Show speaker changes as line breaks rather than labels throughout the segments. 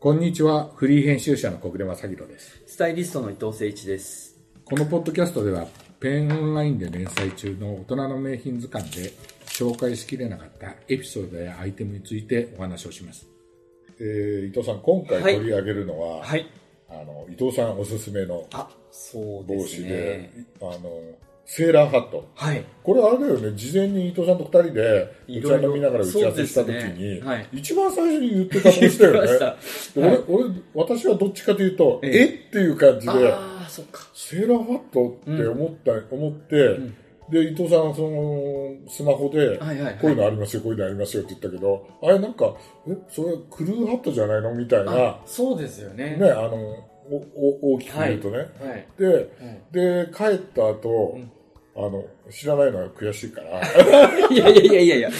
こんにちは、フリー編集者の小暮正弘です。
スタイリストの伊藤誠一です。
このポッドキャストでは、ペンオンラインで連載中の大人の名品図鑑で紹介しきれなかったエピソードやアイテムについてお話をします。
えー伊藤さん、今回
はい
取り上げるのは、
はい。
あの伊藤さんおすすめの
あ、そうで
帽
す
子で、
ね。
あのセーラーハット。
はい。
これあれだよね、事前に伊藤さんと二人でお
い
茶
ろいろ
飲みながら打ち合わせした時
そう
に、
ですねはい
一番最初に言ってたとしたよね
言ってま。
俺、俺、私はどっちかというと、
え
え
え
っていう感じで、
ああ、そっか。
セーラーハットって思った、思って、で、伊藤さん、その、スマホで、
はいはいはい
こういうのありますよ、こういうのありますよって言ったけど、あれなんか、え、それクルーハットじゃないのみたいな
あ、、そうですよね。
ね、あの、おお大きく言うとね。
はい。
で、で、帰った後、あの、知らないのは悔しいから、い
いやいやいやいやいや。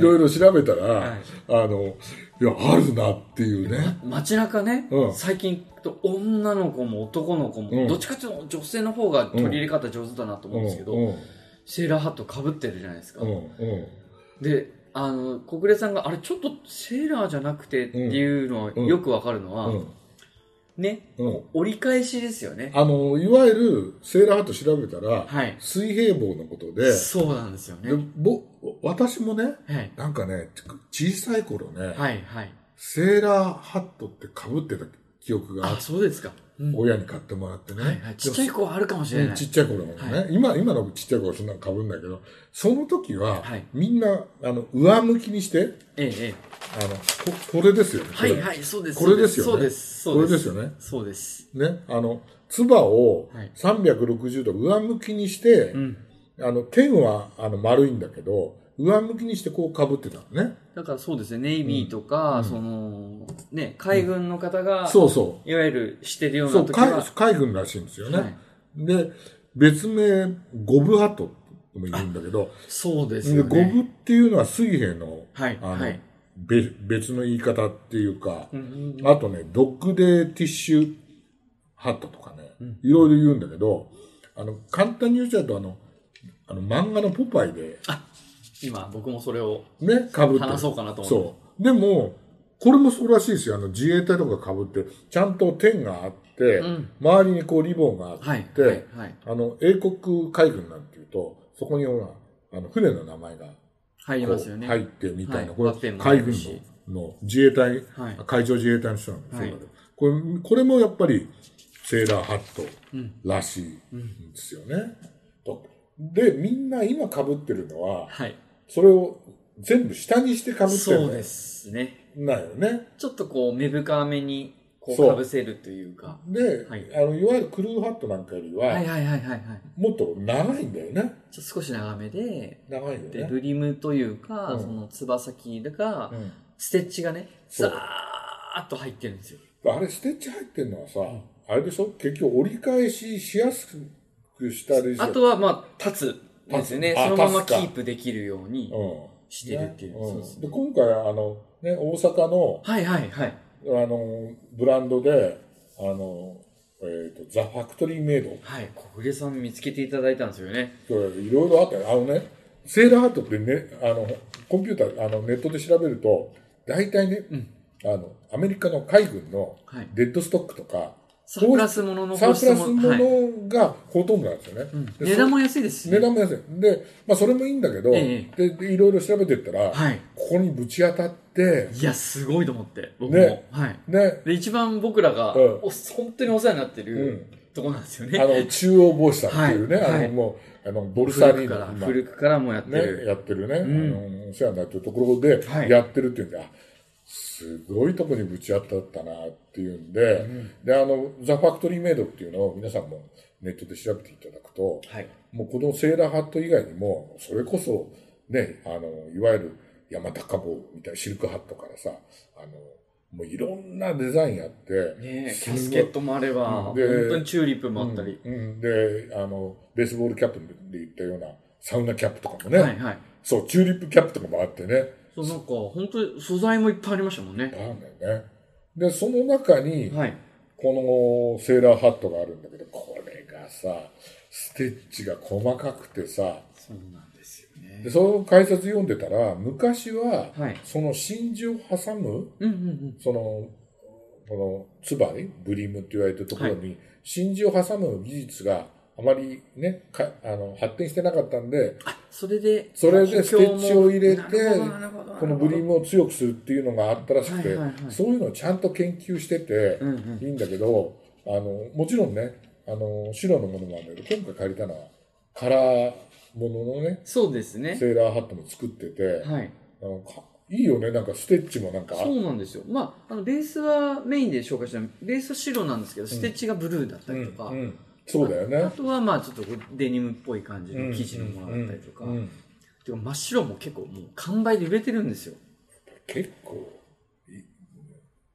ろいろ調べたら、
はい
あの、いや、あるなっていうね。
街中ね、
うん
最近と女の子も男の子も、
うん
どっちかっていうと女性の方が取り入れ方上手だなと思うんですけど、
うん、
セーラーハット被ってるじゃないですか。
うん、うん。
で、あの、小暮さんが、あれちょっとセーラーじゃなくてっていうのは
うん
よくわかるのは、
うん
ね、
うん
折り返しですよね。
あの、いわゆる、セーラーハット調べたら、
はい
水平棒のことで、
そうなんですよね。
でぼ私もね、
はい。
なんかね、ち小さい頃ね、
はいはい。
セーラーハットって被ってた記憶があっ
あ、
て、
そうですか。うん
親に買ってもらってね。
はいはい。ちっちゃい子はあるかもしれ
う
なんい。
ちっちゃい頃もね、
は
今今のちっちゃい頃はそんなのかぶんないけどその時は、
はい
みんなあの上向きにして
ええええ。
あのここれですよねこ
は
れ
いはい、そうです。
これですよね
そうです。そうです。
これですよね
そうです。
ねあのつばを
はい
360度上向きにして、
うん。
あの天はあの丸いんだけど上向きにしてこうかぶってたのね
だからそうですね、ネイビーとか、その、ね、海軍の方が、
そうそ
いわゆるしてるよ
う
う
そ
な
う
時
海
は、
海軍らしいんですよね、
はい
で別名ゴブハットとも言うんだけど
そうです
で
よ
ゴ
ね。
ブっていうのは水平の,、
はい
あの
はい
べ別の言い方っていうか、
うんうん
あとね、ドッグでティッシュハットとかね、いろいろ言うんだけど、あの、簡単に言っちゃうと、あの、あの漫画のポパイで
今、僕もそれを、
ね、かぶってる。
話そうかなと思って。
そう。でも、これもそうらしいですよ。あの、自衛隊とかかぶって、ちゃんと点があって、
ん
周りにこうリボンがあって、
はいはいはい
あの、英国海軍なんていうと、そこにほら、あの、船の名前が
入りますよね。
入ってみたいな、
はい
これ
ワッペンもあ
海
る
軍
し
のの自衛隊、
はい
海上自衛隊の人なんです、
はい
そうだけどこれこれもやっぱりセーラーハットらしいんですよね。とでみんな今かぶってるのは
はい。
それを全部下にしてかぶってる
そう
の
ですね。
なんよね。
ちょっとこう、目深めに、こ
そう
う、被せるというか。
で、
はい
あのいわゆるクルーハットなんかより
はい
は
はいはいはいはい。
もっと長いんだよね。
ちょっと少し長めで、
長いよ
で、
ね。
ブリムというか、
うん
その、つば先が、
うん
ステッチがね、
そう
ザーッと入ってるんですよ。
あれステッチ入ってるのはさ、あれでしょ結局折り返ししやすくしたりして
あとは、まあ、立つですよね。
立つあ
そのまま
立
キ
つか
ープできるように。
うん
してるっていう
ね
そうそう
で今回あの、ね、大阪の
はいはいはい。
あのブランドであの、えーと「ザ・ファクトリーメイド
はい、小暮さん見つけていただいたんですよね。」
いろいろあったよあのねセーラーハットってねあのコンピューターあのネットで調べると大体ね、あのアメリカの海軍の
はい
デッドストックとか、
サンプラスものの
サンプラスも
はい
のがほとんどなんですよね、で
値段も安いですしね
値段も安いで、まあ、それもいいんだけど、
え
ででいろいろ調べてったら、
はい
ここにぶち当たって
いや、すごいと思って、僕も。
ね
はい。
ね
で、一番僕らが、
うん
お本当にお世話になってる、
うん
とこなんですよ
あ
ね。
の中央帽子さんっていうね、
はいはい
あのもうあのボルサ
古
リ
く
ー
から、
ノ今
古くからもやってる。
ねやってるね、
ん
あのお世話になってるところで
はい
やってるっていうんで、あすごいとこにぶち当たったなっていうんで、であのザ・ファクトリーメイドっていうのを皆さんもネットで調べていただくと、
はい。
もうこのセーラーハット以外にもそれこそねあのいわゆる山高帽みたいなシルクハットからさあのもういろんなデザインあって、
ねえ、
す
キャス
ん
ケ
ごい
ットもあれば、
う
本
んで
当にチューリップもあったり。
うんうんであのベースボールキャップで言ったようなサウナキャップとかもね、
はいはい。
そうチューリップキャップとかもあってね
そう、なんか、本当に素材もいっぱいありましたもん
あ
ね。
るんだよねでその中に
はい。
このセーラーハットがあるんだけどこれがさステッチが細かくてさ
そうなんですよね。
でその解説読んでたら昔は
はい。
その真珠を挟む
うんうんうん。
そのこのつばりブリームって言われてるところに真珠を挟む技術があまりねかあの発展してなかったんで
それで、
それでステッチを入れて
補強もなるほどなるほどなるほど
このブリームを強くするっていうのがあったらしくて、
はいはいはい
そういうのをちゃんと研究してて
うんうん
いいんだけど、あのもちろんねあの白のものもあるんだけど今回借りたのはカラーもののね
そうですね。
セーラーハットも作ってて
はい。
なんかいいよねなんかステッチもなんか
そうなんですよ。まあ、あの、ベースはメインで紹介した、ベースは白なんですけど、ステッチがブルーだった
うん
りとか、
うんそうだよ
あ
ね。
とはまあ、ちょっとこうデニムっぽい感じの生地のものだったりとか、
うんうん
てか真っ白も結構もう完売で売れてるんですよ。
結構い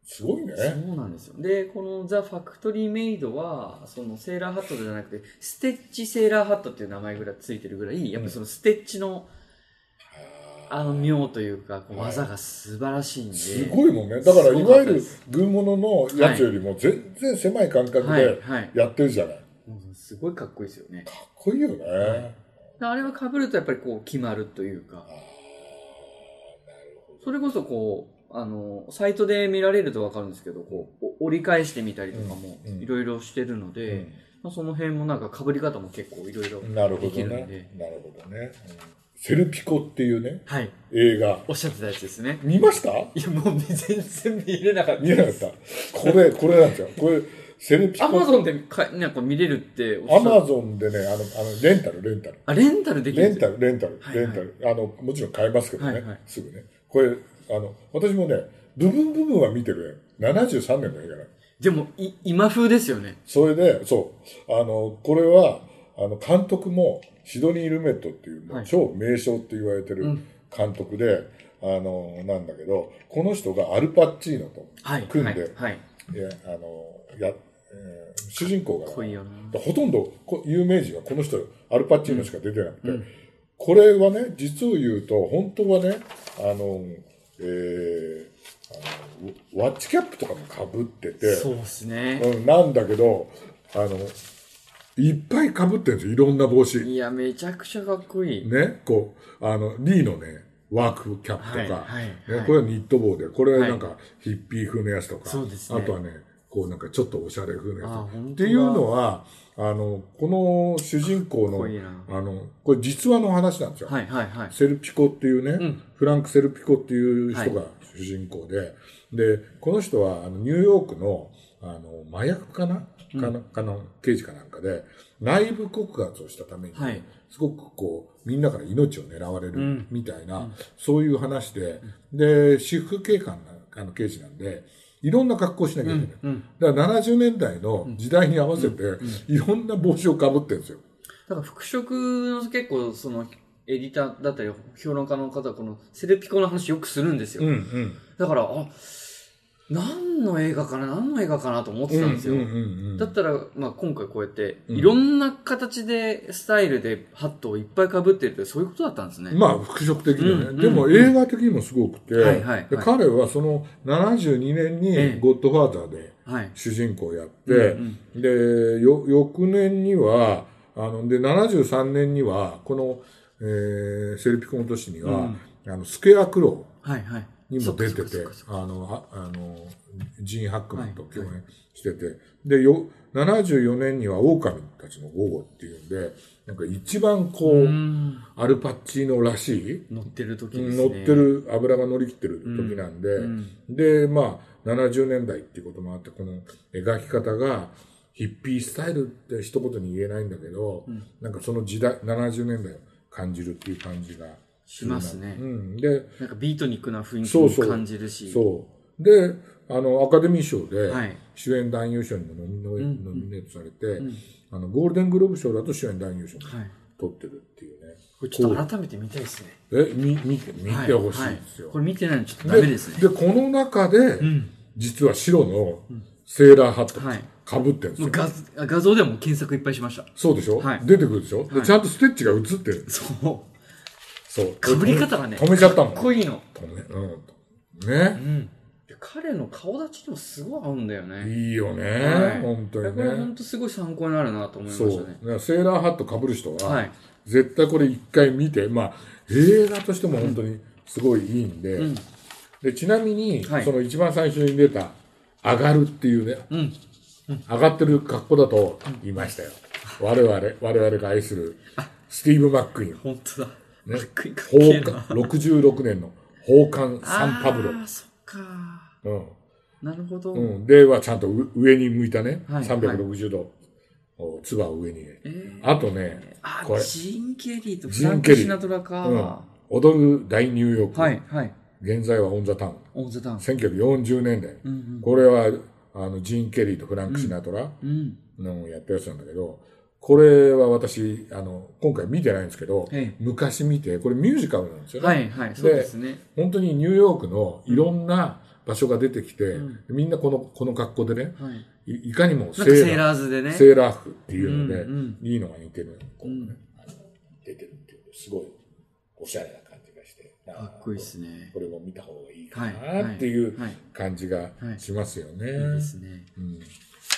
すごいね。
そうなんですよ。で、このザ・ファクトリーメイドは、そのセーラーハットじゃなくて、ステッチセーラーハットっていう名前ぐらいついてるぐらい、やっぱそのステッチの、
あー
あの、妙というか、こう
はい
技が素晴らしいんで。
すごいもんね。だからいわゆる
す
軍物のやつよりも全然狭い感覚
はい、
で
はい。
やってるじゃない。
もうすごいかっこいいですよね。
かっこいいよね。
いあれは被るとやっぱりこう決まるというか
あー、なるほ
それこそこう、あの、サイトで見られるとわかるんですけど、こう、お折り返してみたりとかも
うんうん
いろいろしてるの
ど
で、まあ、その辺もなんか被り方も結構いろいろ
うんなるほ
で
どね
きるんで。。
なるほどね。うんセルピコっていうね、
はい。
映画。
おっしゃってたやつですね。
見ました
いや、もう全然見れなかった
見なか
で
っ
す。
た。これ、これなんですよ。これ、セルピコ。
アマゾンでか、なんか見れるっておっしゃ
ア
って
マゾンでね、あの、あのレンタル、レンタル。
あ、レンタルできる
レ
ん
ン
です
タル、レンタル、
はいはい
レンタル。あの、もちろん買えますけどね、
はいはい
すぐね。これ、あの、私もね、部分部分は見てるね。73年の映画なの。
でも、い、今風ですよね。
それで、そう。あの、これは、あの、監督も、シドニー・ルメットっていう、もう
はい
超名将って言われて
う
る
ん
監督で、あの、なんだけど、この人がアルパッチーノと、
はい。
組んで
はい。はい。
いや、あの、や、えー主人公が、
濃いよな。
ほとんどこ有名人はこの人アルパッチーノしか出てなくて、
うん
これはね実を言うと本当はねあの、えーあのワッチキャップとかもかぶってて
そうですね。
うん、なんだけどあのいっぱいかぶってるんですよいろんな帽子
いや、めちゃくちゃかっこいい。
ねこうあのリーのねワークキャップとか、
はいはいは
ね、
い
これはニット帽でこれはなんかヒッピー風のやつとか、
そうですね
あとはねこうなんかちょっとおしゃれ風のやつ
あ本当だ
っていうのはあのこの主人公の
かっこいいな
あのこれ実話の話なんですよ、
はい、はい、はい。
セルピコっていうね、
ん
フランク・セルピコっていう人が主人公で、でこの人はあのニューヨークのあの麻薬かな、かなかの刑事かなんかで内部告発をしたために、
はい
すごくこうみんなから命を狙われ
うん
るみたいな、そういう話でで私服警官なあの刑事なんでいろんな格好しなきゃいけない。
うん。
だから70年代の時代に合わせて、いろんな帽子をかぶってるんですよ。
だから、服飾の結構、その、エディターだったり、評論家の方は、この、セルピコの話よくするんですよ。
ん
だから、あ、何の映画かな、何の映画かなと思ってたんですよ。
ん
だったら、まあ、今回こうやって、
うん
いろんな形で、スタイルで、ハットをいっぱい被ってるって、そういうことだったんですね。
まあ、服飾的にはね、
うん
でも
うん
映画的にもすごくて、
はいはいはい
で彼はその72年
ええ
に「ゴッドファーザー」で
はい。
主人公をやって、
うん
でよ翌年にはあので73年にはこの、えーセルピコの年には、あのスケアクロ
はいはい。
ウにも出て
そっかそってかそっか
あのああのジーン・ハックマンと共
はいは
演してて、でよ74年には「狼たちの午後」っていうんでなんか一番こう、
うん
アルパッチーノらしい
乗ってる時ですね。
乗って。る油が乗り切ってる時なんで、
うん
でまあ70年代っていうこともあってこの描き方がヒッピースタイルって一言に言えないんだけど、
うん
なんかその時代70年代を感じるっていう感じが
しますね
うん、で
なんかビートニックな雰囲気
そう
も
そう
感じるし。
そうであのアカデミー賞で
はい
主演男優賞にもノミノ
うんうん
ノミネートされて、
うん
あのゴールデングローブ賞だと主演男優賞に
はい。
取ってるっていうね
これちょっと改めて見たいですね。
えみ見て見てほしい
は
ん
は
ですよ、
これ見てないのちょっとダメですね。
で、この中で、
うん。
実は白のセーラーハット
はい
かぶってるんです
も
よ。
う画画像ではもう検索いっぱいしました。
そうでしょ、
はい
出てくるでしょ、で
はい
ちゃんとステッチが映ってる。
そう。
そう。
かぶり方がね
止めちゃったもん。
かっこいいの。
止め
う
うん。
ん。で彼の顔立ちにもすごい合うんだよね。
ね。いいよね。
はい
本当に
これ
ね
本。当すごい参考になるなと思いま
そう。
した
だ
ね。
からセーラーハットかぶる人は、
はい。
絶対これ一回見て、まあ、映画としても本当にすごいいいんで、
うん
でちなみに、
はい
その一番最初に出た「上がる」っていうね、
ん
上がってる格好だと言いましたよ、我々我々が愛するスティーブ・マックイーン
本当だ。
ね
かっこいいかっけえ
奉
な
還66年の「奉還サンパブロ
ああ、そっか。」
うん
なるほど。
うん、ではちゃんとう上に向いたね、
はい
360度、おつばを上にね、
えー
あとね、
あ
これ、
ジン・ケリーとフ
ジ
ラン
ン
ク・
ケリー
シナトラか。
うん、踊る大ニューヨーク、
はい、はい。
現在はオン・ザ・タウン、
オン・ザ・ダウン。
1940年代、
うんうん
これはあのジーン・ケリーとフランク・シナトラ
うん。
のやったやつなんだけど、これは私あの、今回見てないんですけど
ええ、
昔見て、これミュージカルなんですよね。
はい、はい。そうですね。
本当にニューヨークのいろんな場所が出てきて、みんなこのこの格好でね、
はい。
いいかにも
なんかセーラーズでね。
セーラー服っていうので、
うんうん
いいのが似てる、こうね
うん
出てるっていう、すごいおしゃれな感じがして、なん
かっこいいですね
こ。れも見た方がいいか
はい。は
なっていう
はい。い
感じが
はい
しますよね。
いですね。
うん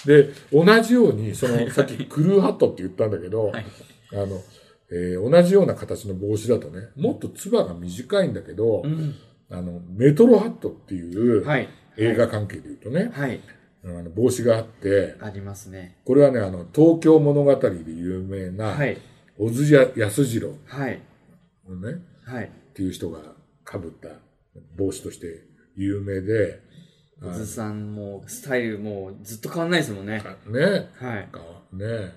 で、同じように、そ
はい
の、さっきクルーハットって言ったんだけど、
はい。
あの、えー同じような形の帽子だとね、もっとつばが短いんだけど、
うん。
あの、メトロハットっていう、
はい。
映画関係で言うとね、
はい。
あの帽子があって、
ありますね。
これはね、あの、東京物語で有名な、
はい。
小津や安次郎
はい。
のね、
はい。
っていう人が被った帽子として有名で、
小津さんも、スタイルもうずっと変わんないですもんね。
あね、
はい
なん。かね、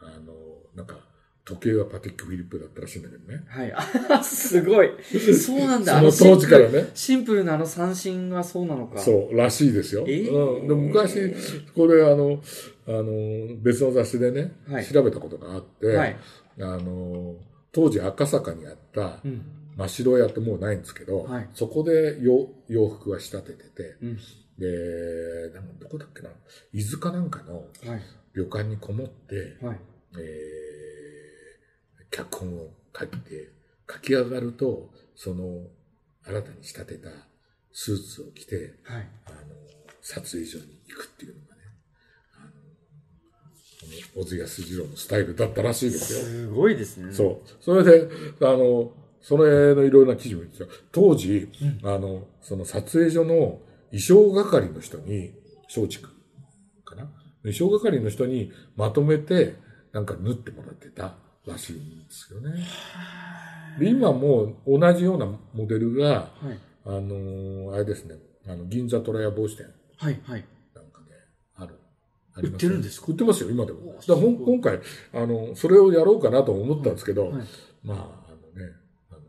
あの、なんか、時計はパティック・フィリップだったらしいんだけどね。
はい。あす ごい。そうなんだ。
その当時から
あのシンプル
ね。
シンプルなあの三振はそうなのか。
そう、らしいですよ。
えー
うん、で昔、これ、あの、あの、別の雑誌でね、
はい
調べたことがあって、
はい。
あの、当時赤坂にあった
うん。
真っ白屋ってもうないんですけど、
はい
そこで洋洋服は仕立ててて、
うん。
で、でもどこだっけな、伊豆かなんかの
はい。
旅館にこもって、
はい。
えー脚本を書いて、書き上がると、その、新たに仕立てたスーツを着て、
はい。
あの、撮影所に行くっていうのがね、あの、この小津安二郎のスタイルだったらしいですよ。
すごいですね。う。
そう。それで、あの、それのいろいろな記事も言ってた。当時、あの、その撮影所の衣装係の人に、松竹かな衣装係の人にまとめて、なんか縫ってもらってたらしいんですよね。で、今もう同じようなモデルが、
はい。
あの、あれですね、あの、銀座虎屋帽子店
はい。はい。
なんかね、ある。あ
売ってるんです
か売ってますよ、今で
お
も。だ
す
から
ごい
ほん今回、あの、それをやろうかなと思ったんですけど、
はい。
まあ、あのね、あの、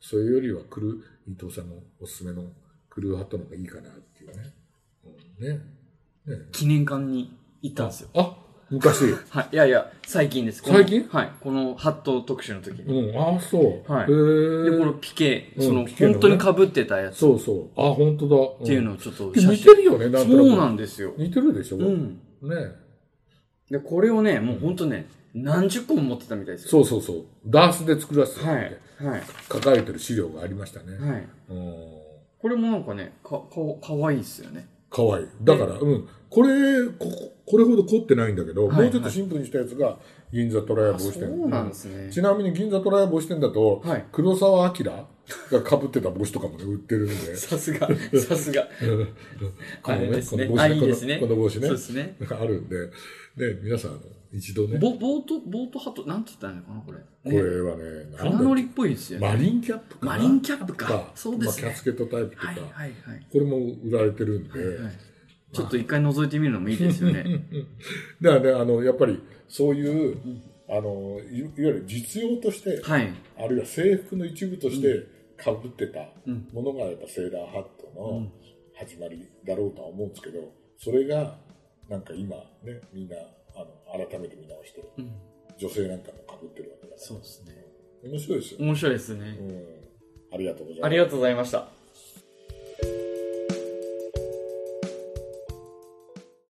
そそれよりはクルー、伊藤さんのおすすめのクルーハットの方がいいかなっていうね。うん、ね。ね。
記念館に行ったんですよ。
あ、 昔。
はい。いやいや、最近です。この
最近
はい。このハット特集の時に。
うん、ああ、そう。
はい
へー
で、このピケ、
うん
その、
ピケのね
本当に被ってたやつっ
そうそう。あ、本当だ。うん
ていうのをちょっと写
似
真
て。るよね、なんとな
そ
く
うなんですよ。
似てるでしょ、
うん。
ね。
で、これをね、もう本当ね、何十個も持ってたみたいですよ。
そうそうそう。ダースで作らせて、
はい。はい。
書かれてる資料がありましたね。
はい。
うん
これもなんかね、か、か、かわいいっすよね。
可愛いだから、うん、これこここれほど凝ってないんだけど、
はい
もうちょっとシンプルにしたやつが銀座トラヤ帽子
そ
店
うなんですね。
ちなみに銀座トラヤ帽子店だと、
はい
黒澤明がかぶってた帽子とかもね売ってるんで
さすが、さすが。
この
あれですね
この帽子
あいいですね
このこの帽子ね
そうですね
あるんでね皆さんあの一度ねこ
ボ、ボート、ボートハット、なんて言ったらいいのかな、これ。ね
れはねなんだ
船乗りっぽいですよね。
マリンキャップかな
マリンキャップかそうですね
まあ、キャスケットタイプとか、
はいはいはい。
これも売られてるんで、
はいちょっと一回覗いてみるのもいいですよね。
だからねあのやっぱりそういう、あのいいわゆる実用として、
はい。
あるいは制服の一部としてかぶってた
うん
ものがやっぱセーラーハット
う
の
ん
始まりだろうとは思うんですけどそれがなんか今ねみんなあの改めて見直して
うん。
女性なんかもかぶってるわけだか
そうですね。
ら面白いですよ、
面白いですね
う。ん、ありがとうございます
ありがとうございました。